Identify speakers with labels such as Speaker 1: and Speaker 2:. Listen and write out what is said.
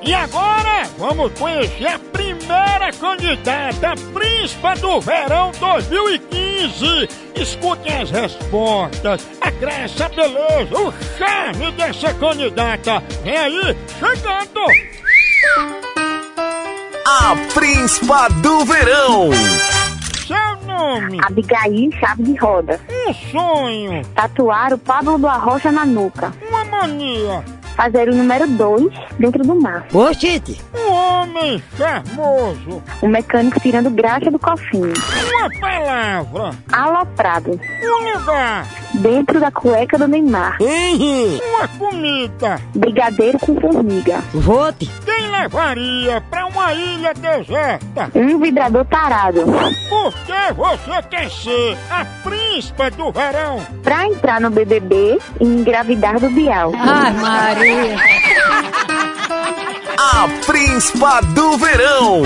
Speaker 1: E agora, vamos conhecer a primeira candidata príncipa do verão 2015. Escutem as respostas, a graça, a beleza, o charme dessa candidata. É aí, chegando!
Speaker 2: A Príncipa do Verão.
Speaker 1: Seu nome,
Speaker 3: Abigail Chave de Rodas.
Speaker 1: um sonho,
Speaker 3: Tatuar o Pablo do Arrocha na nuca.
Speaker 1: uma mania,
Speaker 3: Fazer o número 2 dentro do mar.
Speaker 4: Ô, Tite,
Speaker 1: um homem charmoso,
Speaker 3: O mecânico tirando graxa do cofinho.
Speaker 1: uma palavra,
Speaker 3: Aloprado.
Speaker 1: um lugar,
Speaker 3: Dentro da cueca do Neymar.
Speaker 2: Uhum.
Speaker 4: Henry,
Speaker 1: uma comida.
Speaker 3: Brigadeiro com formiga.
Speaker 4: vote.
Speaker 1: Quem levaria pra uma ilha deserta?
Speaker 3: Um vibrador tarado.
Speaker 1: Por que você quer ser a príncipa do verão?
Speaker 3: Pra entrar no BBB e engravidar do Bial.
Speaker 4: Ai, Maria.
Speaker 2: A Príncipa do Verão.